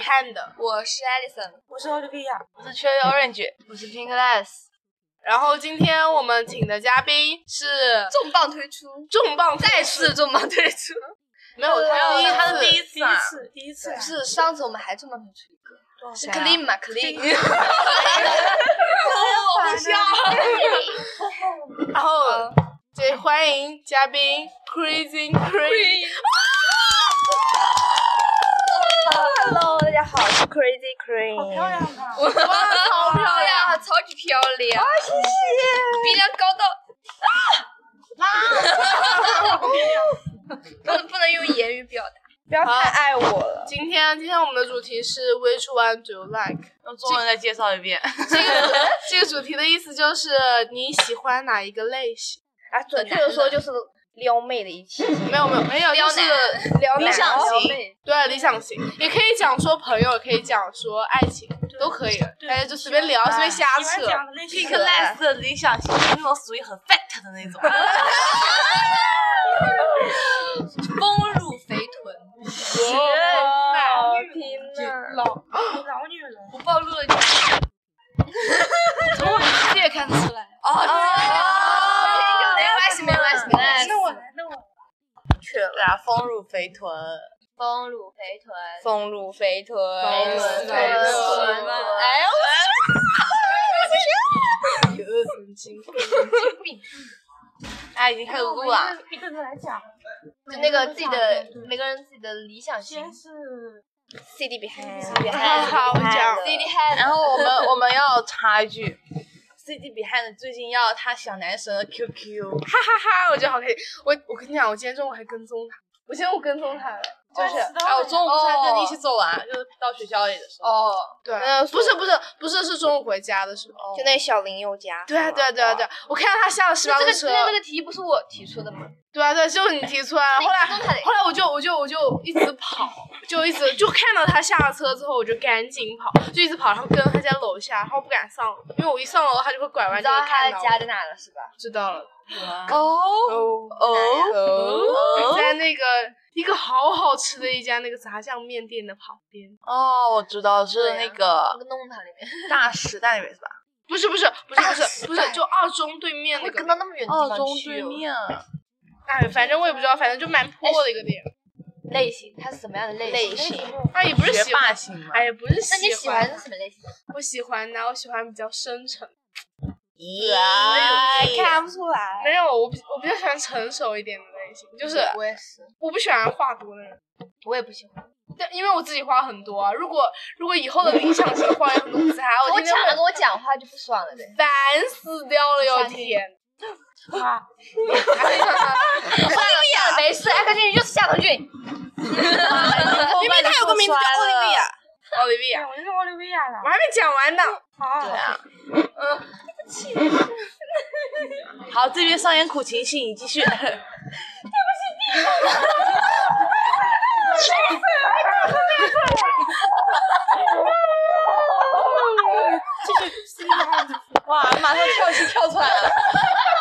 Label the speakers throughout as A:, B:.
A: 看的。
B: 我是 Alison，
C: 我是奥利维亚，
A: 我是 Cherry Orange，我是 Pinkless。然后今天我们请的嘉宾是
B: 重磅推出，
A: 重磅
B: 再次重磅推出。
A: 没有他
B: 呃
D: 啊
A: 第一
B: 他
A: 他的第一次
C: 第一次，第一次
B: 不是，上次我们还重磅推出一个，是
C: 是
B: Clean 嘛 Clean。
C: 啊
A: 我不笑。啊然后
C: 嗯
A: 这欢迎嘉宾 Crazy Crazy，
C: Hello，大家好，我是 Crazy Cream，好漂亮啊！我
A: 哇，好漂
B: 漂
A: 亮！
B: 亮，超级漂亮，啊，谢谢，鼻梁高到啊， 不不能用言语表达，
C: 不要太爱我了，
A: 今天今天我们的主题是 Which one do you like？
D: 用中文再介绍一遍。
A: 这个这个主题的意思就是你喜欢哪一个类型？
C: 啊，准确的说就是撩妹的一期，
A: 没有没有没有，
B: 撩
A: 就
B: 男
A: 是
C: 撩
A: 理想
C: 男
A: 型，对啊理想型，也可以讲说朋友，也可以讲说爱情，都可以，大家就随便聊，随便瞎扯。
D: Pink Less 的理想型是那种属于很 fat 的那种，
B: 丰乳肥臀，
C: 哦
A: 哇
C: 天哪，
A: 老
D: 哦
C: 老女人，
B: 我暴露了你，
D: 从我第一眼看出来。
B: 哦，没关系没关系没关系，
C: 我来，那我
D: 对啊，丰乳肥臀，
B: 丰乳肥臀，
C: 丰乳肥臀，
A: 肥臀
B: 肥臀
A: 肥臀
B: 哎呦，
D: 哎，已经开始录了。
C: 一个个来讲，
B: 就那个自己的每个人自己的理想型
C: 先是 CD Behind，
B: Behind
A: 好好讲
B: ，CD head，
D: 然后我们我们要插一句，CD Behind 最近要他小男神的 QQ，
A: 哈哈哈！我觉得好开心。我我跟你讲，我今天中午还跟踪他，我今天我跟踪他了，就是
C: 哦知道
D: 哎，我中午不是还跟你一
B: 哦
D: 起走完，就是到学校里的时候。
B: 哦，
A: 对，
C: 呃
A: 不是不是不是是中午回家的时候。
C: 就那小林宥嘉，
A: 对啊对啊对啊对啊，我看到他下了十
B: 那
A: 八
B: 这
A: 路
B: 个
A: 车，
B: 那这个题不是我提出的吗？哎
A: 对啊对啊，就是你提出来，后来
B: 那你跟他的
A: 后来我就我就我就一直跑，就一直就看到他下了车之后，我就赶紧跑，就一直跑，然后跟到他家楼下，然后不敢上楼，因为我一上楼他就会拐
B: 你
A: 弯
B: 知
A: 就会
B: 道他
A: 看
B: 的
A: 到我。
B: 家在哪了是吧？
A: 知道了
B: 哦，
A: 哦
D: 哦
A: 在那个一个好好吃的一家那个炸酱面店的旁边，
D: 哦，我知道是
B: 对啊
D: 那个
B: 那个弄堂里面，
D: 大时代那边是吧？
A: 不是不是不是不是不是，就二中对面那
B: 会
A: 个
B: 跟，到那么远的地方去哦。
D: 面，
A: 哎，反正我也不知道，反正就
B: 哎
A: 蛮破的一个店，
B: 类型，他是什么样的类
C: 类型？
A: 他也不是
D: 学
A: 喜
D: 霸
A: 欢，
D: 型吗？
A: 哎，也不是
B: 那你喜欢是什么类型？
A: 我喜欢呐，我喜欢比较深沉。
D: 咦
A: 哎
C: 看不出来，
A: 没有，我比我比较喜欢成熟一点的类型，就是
B: 我也是，
A: 我不喜欢话多的人，
B: 我也不喜欢。
A: 但因为我自己话很多啊。如果如果以后的理想型话有很多杂，
B: 我
A: 我
B: 抢
A: 天
B: 了
A: 天
B: 跟我讲话就不爽了呗。
A: 烦死掉了哟！
B: 下去
A: 天，
C: 哇，
B: 算了，没事，艾克俊就是夏 藤俊。
A: 明明他有个名字叫奥利维啊亚，奥利维亚，
C: 我就是奥利维亚了
A: 我，还没讲完呢。
C: 好
D: 对啊，嗯，好，这边上演苦情戏，你继续。 哇，马上跳戏跳出来了，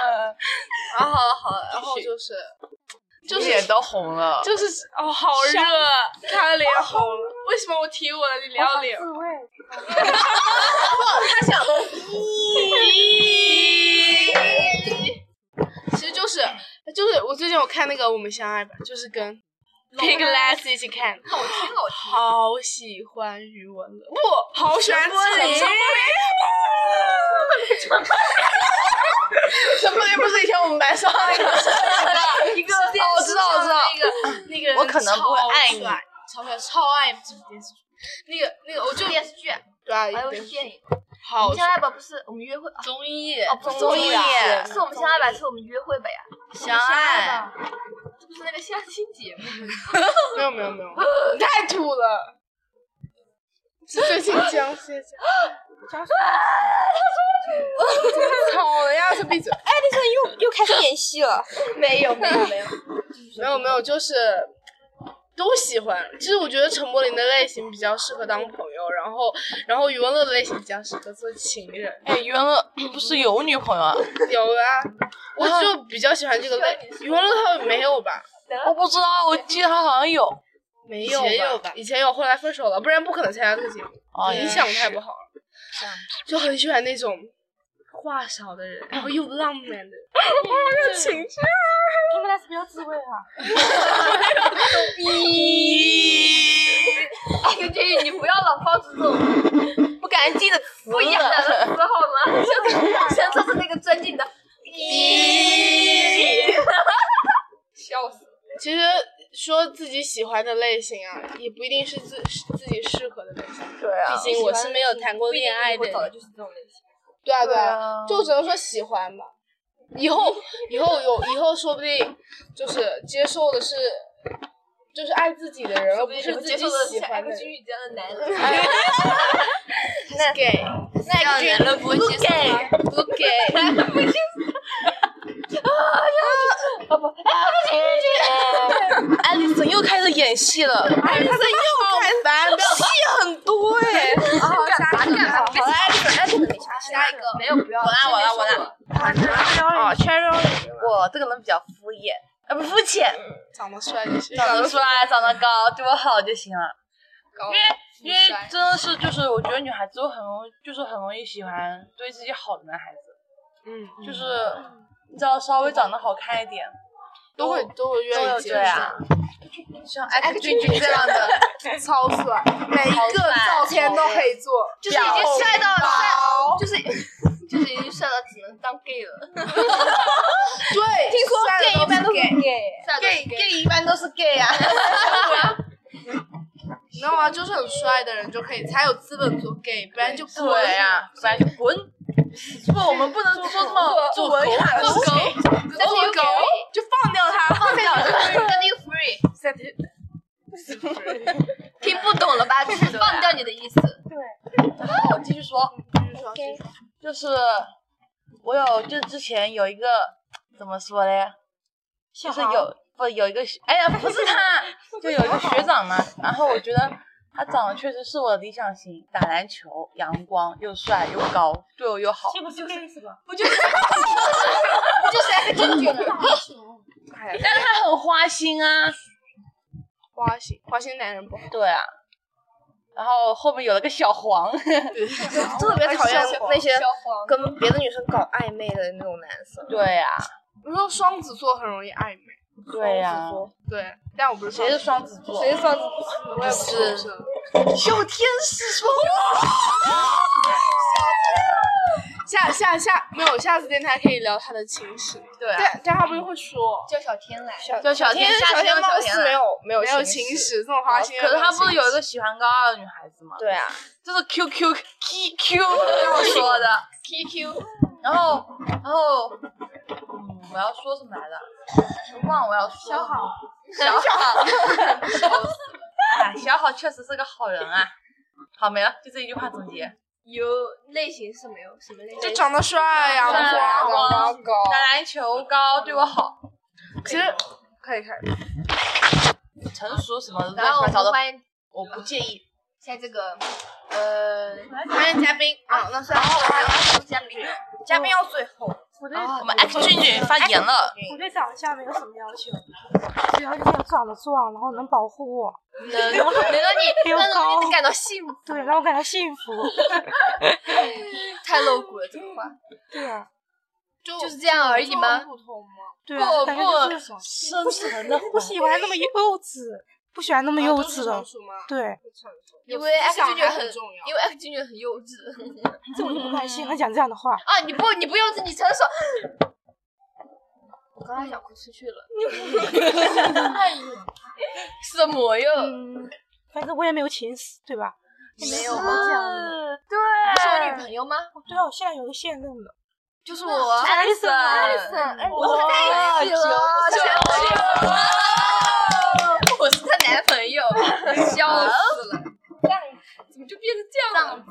A: 啊好好好， 然后就是就是
D: 脸都红了。
A: 就是哦，好热，他的脸红了。为什么我提我的你聊脸？
C: 自慰，
D: 他想的，
A: 其实就是就是我最近我看那个《我们相爱吧》，就是跟 Pink Lass 一起看，
B: 那我听了，我听。
A: 好喜欢余文乐，不，好喜欢陈柏霖。
D: 陈柏霖不是以前我们班上那个
A: 一个
D: 哦我知道我知道
A: 那个那个人
D: 我可能不会爱
A: 超
D: 你
A: 帅，超帅，超爱这部电视剧。那个那个，我就
B: 电视剧，还
A: 对啊，
B: 有
A: 一
B: 哎是
A: 个
B: 电影。我
A: 好
B: 们相爱吧，不是我们约会哦，
A: 综艺
B: 不是
D: 综
B: 艺
D: 艺
B: 啊，是我们相爱吧，是我们约会吧呀？
D: 相爱，
B: 这不是那个相亲节目？
A: 没有没有没有， 你太土了。是最近江西江
C: 江
A: 操了呀！是闭嘴。
C: 艾丽森又又开始演戏了，
B: 没有没有没有，
A: 没有没有，就是都喜欢。其实我觉得陈柏霖的类型比较适合当朋友，然后然后余文乐的类型比较适合做情人。
D: 哎，原来不是有女朋友啊？
A: 有啊，我就比较喜欢这个类。余文乐他没有吧？
D: 我不知道，我记得他好像有。
A: 没有吧
D: 以前有吧
A: 以前有，后来分手了，不然不可能参加这个节目，
D: 哦
A: 影响太不好了。就很喜欢那种话少的人，然后又浪漫的人。
B: 情绪。
E: 他们俩是比较智慧哈。
B: 哎，刘俊宇，你不要老报这种
D: 不敢记得词
B: 不雅的词好吗？上次上次是那个尊敬的，笑死。
A: 其实说自己喜欢的类型啊，也不一定是自自己适合的类型。
D: 对
A: 毕竟我是没有谈过恋爱的
E: 我找的
A: 人。
E: 就是这种类型。
A: 对啊，
D: 对
A: 对
D: 啊
A: 就只能说喜欢吧。以后，以后有，以后说不定就是接受的是，就是爱自己的人，而不是自己喜欢的人。
B: 宇这样的男人，
A: 给，
D: 那样人了不会接受吗？
A: 不给。
D: 艾丽森又开始 演戏了，艾丽森又开始烦，戏很多哎。
B: 好好下一个，好好来，
D: 下一个
B: 没有不要，
D: 我啦我啦我啦，哦 c h e r y 我这个人比较敷衍，呃不肤浅，
A: 长得帅就行。
D: 长得帅长得高对我好就行了。
A: 高
D: 因为真的是就是我觉得女孩子都很容易就是很容易喜欢对自己好的男孩子，
A: 嗯，
D: 就是你只要稍微长得好看一点，
B: 嗯
A: 都会都会
D: 都
A: 愿
D: 有
A: 意接
D: 这
A: 受。
D: 样，像 X 君君这样的，
A: 超帅， 每一个啊照片都可以做。
B: 就是已经帅到帅，就是就是已经帅到只能当 gay 了。
A: 对，听说 gay 一般都
E: gay，
B: 帅到
D: gay gay 一般都是 gay 啊，
A: 你知道吗？就是很帅的人就可以才有资本做 gay，不然就不
D: 对啊呀，不然就滚。不，我们不能说这么做文雅的事情，
B: 那就
A: 啊狗
B: 就放掉他，放掉他，那就 free，听不懂了吧？就是放掉你的意思。
D: 我继续说，就是我有，就之前有一个怎么说嘞，就是有不有一个学，哎呀，不是他，就有一个学长嘛。然后我觉得他长得确实是我的理想型，打篮球，阳光又帅又高，对我又好。
E: 这不是 gay 是吧？
D: 但是他很花心啊，
A: 花心，花心男人不好。
D: 对啊。然后后面有了个小黄，
F: 特
A: 哎
F: 别讨厌那些
E: 小黄，
F: 跟别的女生搞暧昧的那种男生。
D: 对呀、
A: 我说双子座很容易暧昧，
D: 对呀、
A: 对，但我不是
D: 谁
A: 双
D: 是
A: 子座，
D: 双子座？
F: 谁上
A: 我也不是双子
D: 小天使双
A: 下下下没有，下次电台可以聊他的情史。
D: 对啊
A: 但但他不是会说
E: 叫小天来。
F: 小
D: 叫小
F: 天
D: 天，夏天
F: 天
D: 叫小
F: 猫
D: 天
F: 是没
D: 啊
F: 有没有
A: 没有
F: 情
A: 情史这种花心的
D: 哦可
A: 东西，
D: 是他不是有一个喜欢高二的女孩子吗？
F: 对啊，
D: 就是 QQ QQ 跟我说的 QQ，然后然后嗯，我要说什么来着？我忘了我要说小好，小好，笑死了哎，小好确实是个好人啊。好，没了，就这一句话总结。
B: 有类型是没有什么类型，
A: 就长得帅呀，
D: 帅阳光
A: 高高。
D: 打篮球高，对我好，
A: 其实可以可以，
D: 成熟什么
B: 然后我
D: 乱七八糟的，
B: 们欢迎
D: 我不介意。
B: 现在这个呃
F: 欢迎嘉宾啊，那是
B: 嘉宾，
F: 嘉宾要最后。
E: 我对
D: 我们 X 哎俊俊发言了，
E: 我对长相没有什么要求，只要你有长得壮，然后能保护我，
B: 能能让你
E: 又
B: 能让
E: 高
B: 你感到幸福，
E: 对，让我感到幸福。
B: 太露骨了这个 话，
E: 对啊，
A: 就
B: 就是这样而已吗？
A: 普通吗？
E: 对啊，
D: 不
E: 感觉就是
D: 不，深沉的
E: 不喜欢那么幼稚，不喜欢那么幼
A: 啊都是
E: 稚啊的
A: 成。熟吗？
E: 对，
B: 因为 X
A: 想
B: 君觉得
A: 还
B: 很
A: 很重要
B: 因为 X 君觉得很幼稚
E: 这我就不开心了，讲这样的话。
B: 啊！你不你不幼稚，你成熟。我刚才想哭出去 了，哎什么呀？
E: 嗯，反正我也没有情史，对吧？
B: 你没有
E: 我
B: 吗？
E: 这样的。
B: 你是我女朋友吗？
E: 对啊，我现在有个现任的。
B: 就是我。
D: 艾丽
B: 艾丽
D: 森
B: 森，哎，我
D: 哇
B: 们在一起了，我是她男朋友，笑死了，怎么就变成这样了？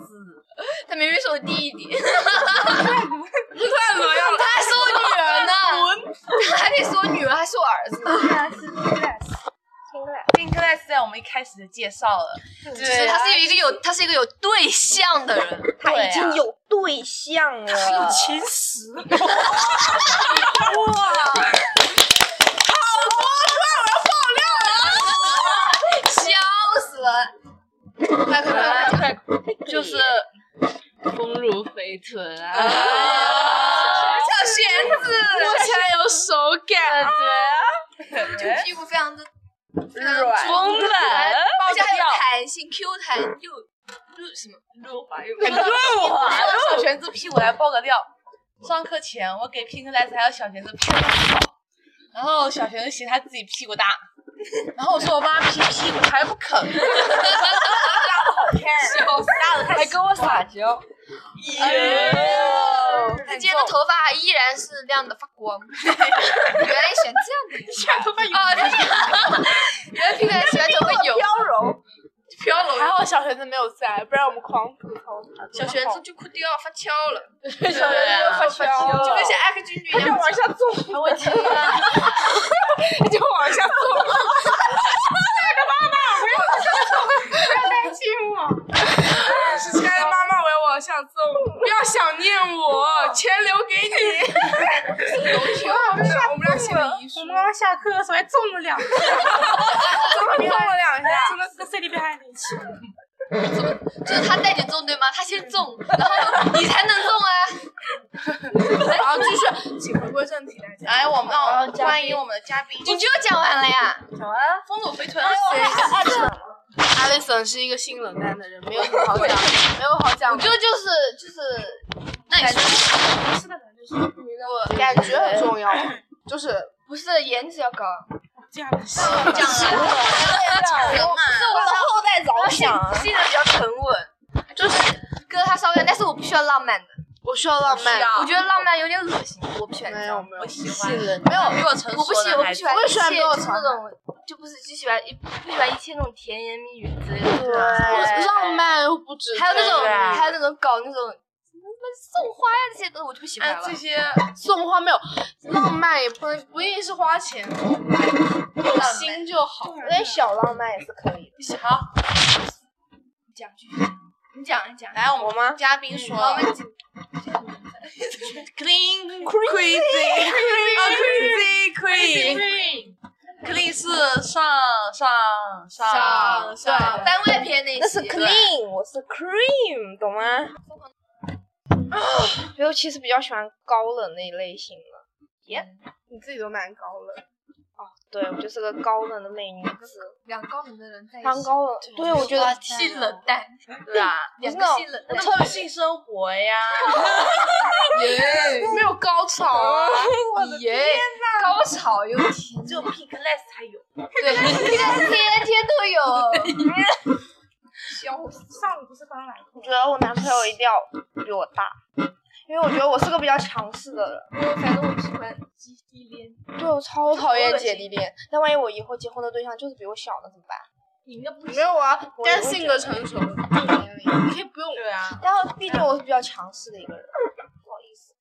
B: 他明明是我弟弟，
A: 太冷要
B: 他还是我女儿呢，他还得是我女儿，还是我儿子呢，
D: 宾克莱斯在我们一开始就介绍了，
B: 就是他是一个有他是一个有对象的人，
F: 他
D: 对啊
F: 已经有对象了，
E: 秦时，
B: 喜
D: 臀
B: 啊
D: 啊，
B: 小弦子，
A: 摸起来有手感，
B: 这个屁股非常的非常
F: 软
D: 丰满，
B: 而且还有
D: 爆
B: 弹性，Q 弹又又什么润滑又
D: 掉，润滑，哎小玄子屁股来爆个料。上课前我给 Pink 来还有小玄子屁股好，然后小玄子嫌他自己屁股大，然后我说我帮他 P 屁股，他还不肯，
B: 笑死，
D: 还跟我撒娇。哎
B: 他今天的头发依然是亮的发光， 原来喜欢这样的，喜欢头发油啊，对 原来 Pink 还喜欢头发油
F: 飘柔，
B: 飘柔
A: 还好小玄子没有在，不然我们狂吐槽他。
B: 小玄子就哭掉发翘了，
A: 对小玄子发
F: 发
A: 飙
F: 飙
B: 就
F: 了
B: 跟像艾克军女一样，
A: 往下纵，
D: 我天啊！
A: 就往下纵。亲爱的妈妈，我要往下纵，不要想念我，钱留给你。 我们俩我们俩写的遗
E: 我妈妈下课的时候还中了两下，
A: 怎么纵了两下？
E: 中了跟 C D 边还联系。
B: 就是他带你中对吗？他先中，然后你才能中啊。
A: 然后继续，请回归正题，大家。
D: 来，哎我们让我们欢迎我们的嘉宾，
B: 你就讲完了呀？
D: 风鲁肥臀。
A: Alison 是一个性冷淡的人，没有什么好讲，没有好讲
B: 我觉得就是就是，那你说
A: 的， 感觉很重要，就是
B: 不是颜值要高，啊
E: 这样的戏，
B: 讲了，
F: 人嘛，我的后代着想啊。
B: 性格比较沉稳，就是跟他稍微，但是我不需要浪漫的，
A: 我需要浪漫，
B: 哎我觉得浪漫有点恶心，我不喜欢这
A: 没有
B: 样。
A: 没有，
D: 喜欢
A: 没有
D: 比我成熟
B: 我不喜，我不喜欢
A: 我
B: 一
A: 也喜欢
B: 切
A: 比我
B: 就是
A: 长
B: 那种，就不是就喜欢不喜欢一切那种甜言蜜语之类
A: 对
B: 的，
A: 浪漫又不止，
B: 还有那种
D: 对
B: 还有那种搞那种什么送花呀这些东西我就不喜欢
D: 按
B: 了
D: 哎这。些
A: 送花没有，浪漫也不能不一定是花钱，有心就好。
F: 有点小浪漫也是可以的。
D: 好，
B: 你讲继续你讲你讲，
D: 来我们吗？嘉宾说
B: 我们
D: clean crazy 啊 crazy clean clean 是上上上
B: 上番外篇那
F: 那是
B: 期
F: clean，我是 cream，懂吗？所以我其实比较喜欢高冷那一类型的。
A: 你自己都蛮高冷，
F: 对，我就是个高冷的美女子，
B: 两高冷的人在一起，
F: 蛮高冷。对，我觉得
B: 性冷淡，
D: 对啊，
B: 两个
F: 那种
B: 性冷
D: 那
B: 淡。
D: 特别性生 活呀，
A: 没有高潮 啊！
B: 耶，高潮又甜，
D: 只有 pink less 才有。
B: 对，现在天天都有。笑死！
E: 上午不是刚来过
F: 我，觉得我男朋友一定要比我大，因为我觉得我是个比较强势的人。
B: 反正我喜欢基地恋，
F: 对我超讨厌姐弟恋，那万一我以后结婚的对象就是比我小的怎么办？
B: 你应该不
A: 没有啊，
F: 我
A: 该性格成熟的年龄，你可以不用。
D: 对啊，
F: 然后毕竟我是比较强势的一个人，不好意思。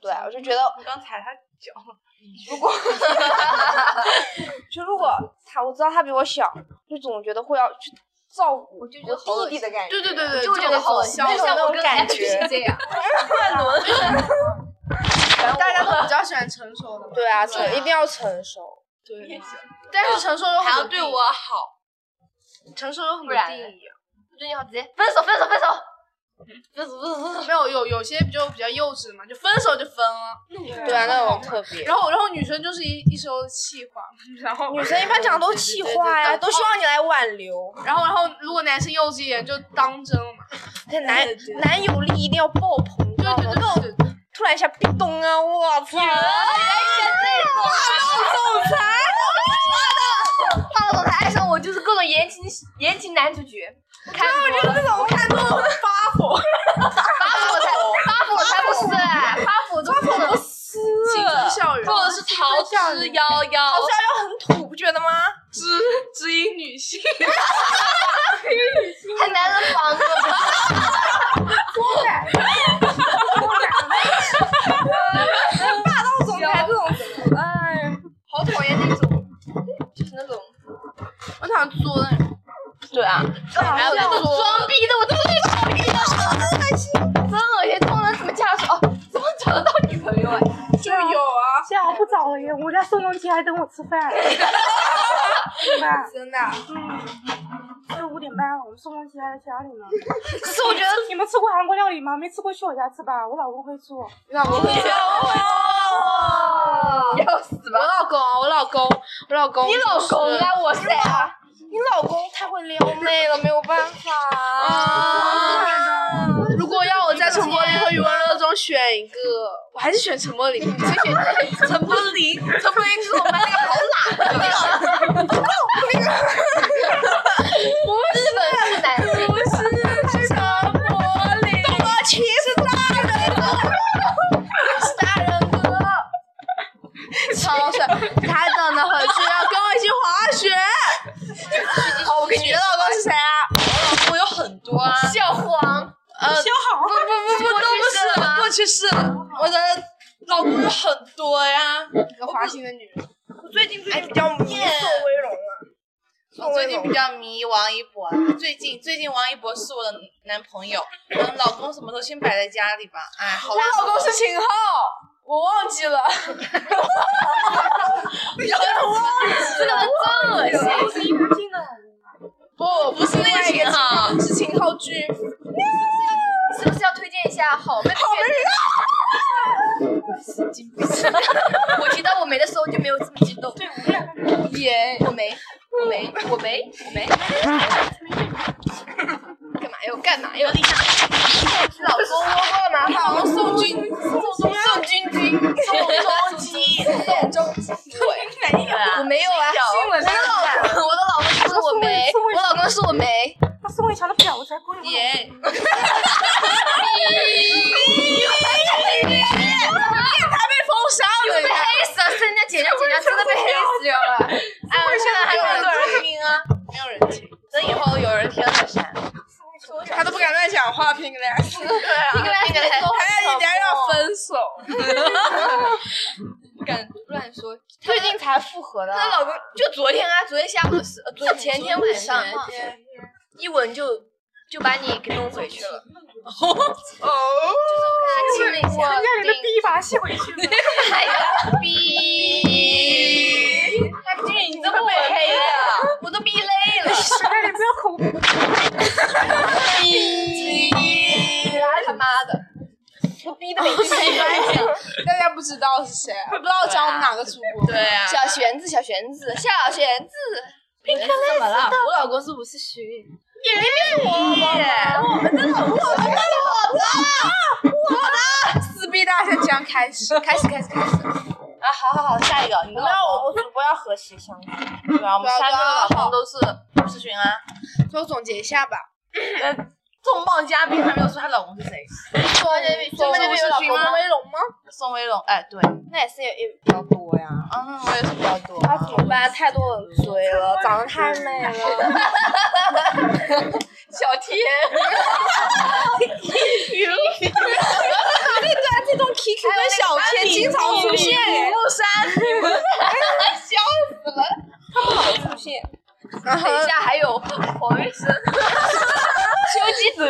F: 对，我就觉得
D: 你刚踩他脚了。
F: 就如果他我知道他比我小，就总觉得会要去照顾我
B: 就觉得好恶
F: 弟弟的感觉。
A: 对对对对，
B: 就觉得好
A: 笑
B: 笑，。就像我
F: 那
B: 跟
F: 种
B: 感
F: 感
B: 觉
F: 觉
B: 是这样。
A: 大家都比较喜欢成熟的嘛。
F: 对啊，
A: 对
F: 成一定要成熟。
A: 对。但是成熟有
B: 还
A: 很
B: 要
A: 多
B: 对
A: 定义
B: 我好，
A: 成熟有很
B: 不
A: 多
B: 然
A: 定义，
B: 对你好直接分手，分手，分手。
A: 没有有有些就比较幼稚嘛，就分手就分了。
F: 对啊，那种特别。
A: 然后然后女生就是一一收气话，然后
F: 女生一般讲都气话呀，都希望你来挽留。
A: 然后然后如果男生幼稚一点就当真了嘛。
F: 这男男友力一定要爆棚，你知
A: 对
F: 道
A: 对
F: 吗？
A: 对对对。
F: 突然一下壁咚啊！我操！
B: 霸道总裁爱上我就是各种言情言情男主角，看我就
F: 这种看多了
B: 发福我才发福我才不是哎，发福发福不是
A: 青春校园，
D: 或者是逃之夭夭，
F: 很土，不觉得吗？
A: 知知音女性，
B: 很难人防着。
F: 这种才这种
B: 好讨厌那种，就是那种
A: 我想作那种。
D: 对啊，
A: 还有那种
B: 装逼的，我真的是装逼的， 真恶心，真恶心，能怎么嫁出？哦，怎么找得到女朋友啊？
A: 就有啊，
E: 下午不早了耶，我家宋仲基还等我吃饭。吃饭，
F: 啊
A: 真的。
E: 嗯，中五点半，我们送东西还在家里呢。
B: 可是我 觉得
E: 你们吃过韩国料理吗？没吃过去我家吃吧，我老公会做。
A: 你老公会
F: 哎
A: 做？
D: 要死
A: 我！老公，我老公，我老公。
B: 你老公啊，我谁啊？
F: 你老公太会撩妹了，没有办法。
A: 啊！如果要我在陈柏霖和余文乐中选一个，我还是选陈柏霖。谁选？
D: 陈柏霖，
B: 陈柏霖是我们班那个好懒的那个，日本 是男性，
F: 董罗奇是大人哥， 是大人哥，
B: 超帅。他等着回去要跟我一起滑 雪。哦，我跟你
F: 你的老公是谁啊？
D: 我有很多啊。
B: 小黄，
D: 呃，
E: 小好，
D: 不不不不，
B: 过
D: 都不
B: 去式
D: 是
B: 吗
D: 了，过去式了。我的老公有很多呀。
A: 一个花心的女人。
F: 我最近最近比较迷宋威龙了，
D: 我最近比较迷王一博，最近最近王一博是我的男朋友，嗯，老公什么时候先摆在家里吧？哎，好。我
F: 老公是秦昊，我忘记了。
B: 这个人真恶心。
E: 离不近的很。
D: 不不是那个秦昊，
F: 是秦昊剧，
B: 是不是要推荐一下好妹妹？好妹妹，我觉得我没的时候就没有这么激动。对，耶，我没，我没，我没，我没。干嘛哟？干嘛哟？丽娜，老公，哦 我干嘛？
F: 好宋君宋宋君君宋仲基，宋仲 基，没有，
B: 我啊没有啊。
E: 新
B: 我
E: 闻
B: 的老公，我的老公是我没，我老公是我没。
E: 那宋慧乔的表才贵吗？
D: 耶，
B: 被黑死了，人家姐姐姐姐真的被黑死掉了。 哎，我现在还有很多人听啊。
D: 没有人听，等以后有人听了才删。
F: 他都不敢乱讲话，Pink
B: 你给他，你给他说，
F: 还有人家要分手，
B: 不敢乱说。
F: 最近才复合的
B: 她老公就昨天啊，昨天下午的事，呃昨啊 前天晚上，一吻就就把你给弄回去了。 就是我看他亲了一下，
E: 人家给他逼一把吸回去了。
B: 哎呀，逼！ 他俊，你这么黑的， 我都逼累了。
E: 人哎家你不要口
B: 他妈的，
F: 大家不知道是谁，不知道讲我们哪个主播。
D: 对啊，
B: 小玄子，小玄子，小玄子，
D: 哎怎么了？我老公是不是徐运？
F: 撕逼大战将开始，
B: 开始，开始，开始。
D: 啊，好好好，下一个，你跟老
F: 我主播要和谐相处。
D: 公，对吧？我们三个老公都是都是寻啊。
A: 最后总结一下吧。
D: 呃，重磅嘉宾还没有说她老公是谁，
B: 宋宋
D: 那边有
B: 老
D: 群
B: 公
D: 吗
B: 吗？
D: 宋威龙。哎，对，
F: 那也是也也比较多呀。
D: 啊，那我也是比较多
F: 他
D: 啊。
F: 怎么办？太多人追了，长得太美了。
D: 小天，
F: 这种 Kiki 跟小天经常出现，
D: 木山，
F: 出现。
D: 等一下还有黄玉生，修基泽，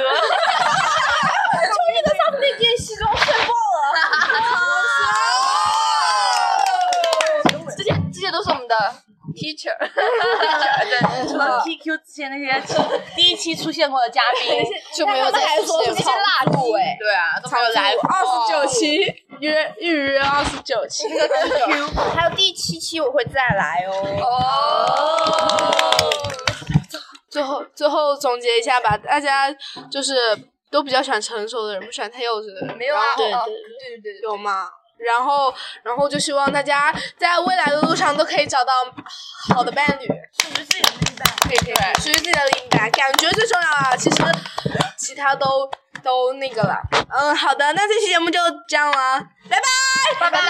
F: 那件西装帅爆了，
D: 这些这些都是我们的 teacher，对，除了 TQ 之前那些第一期出现过的嘉宾，
F: 就没有再出现
B: 这些辣度哎，
D: 对啊，都没有来过。哦
F: 二十九期约预约二十九期，还有第七期我会再来哦。
D: 哦，
A: 最后最后总结一下吧，大家就是都比较喜欢成熟的人，不喜欢太幼稚的人。
B: 没有啊，
A: 然后
B: 哦对对对对，
A: 有吗？然后，然后就希望大家在未来的路上都可以找到好的伴侣，属于自己的另一半，感觉最重要啊。其实其他都都那个了。嗯，好的， 那这期节目就这样了，拜拜，
B: 拜拜。